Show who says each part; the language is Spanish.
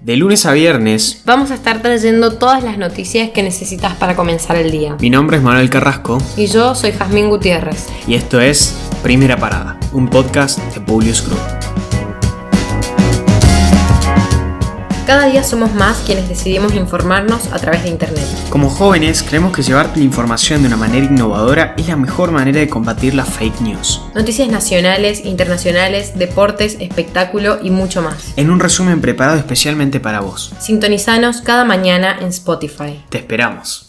Speaker 1: De lunes a viernes,
Speaker 2: Vamos a estar trayendo todas las noticias que necesitas para comenzar el día.
Speaker 1: mi nombre es Manuel Carrasco
Speaker 2: Y yo soy Jazmín Gutiérrez.
Speaker 1: y esto es Primera Parada, un podcast de Publius Group.
Speaker 2: Cada día somos más quienes decidimos informarnos a través de Internet.
Speaker 1: Como jóvenes, creemos que llevarte la información de una manera innovadora es la mejor manera de combatir las fake news.
Speaker 2: Noticias nacionales, internacionales, deportes, espectáculo y mucho más.
Speaker 1: En un resumen preparado especialmente para vos.
Speaker 2: Sintonizanos cada mañana en Spotify.
Speaker 1: Te esperamos.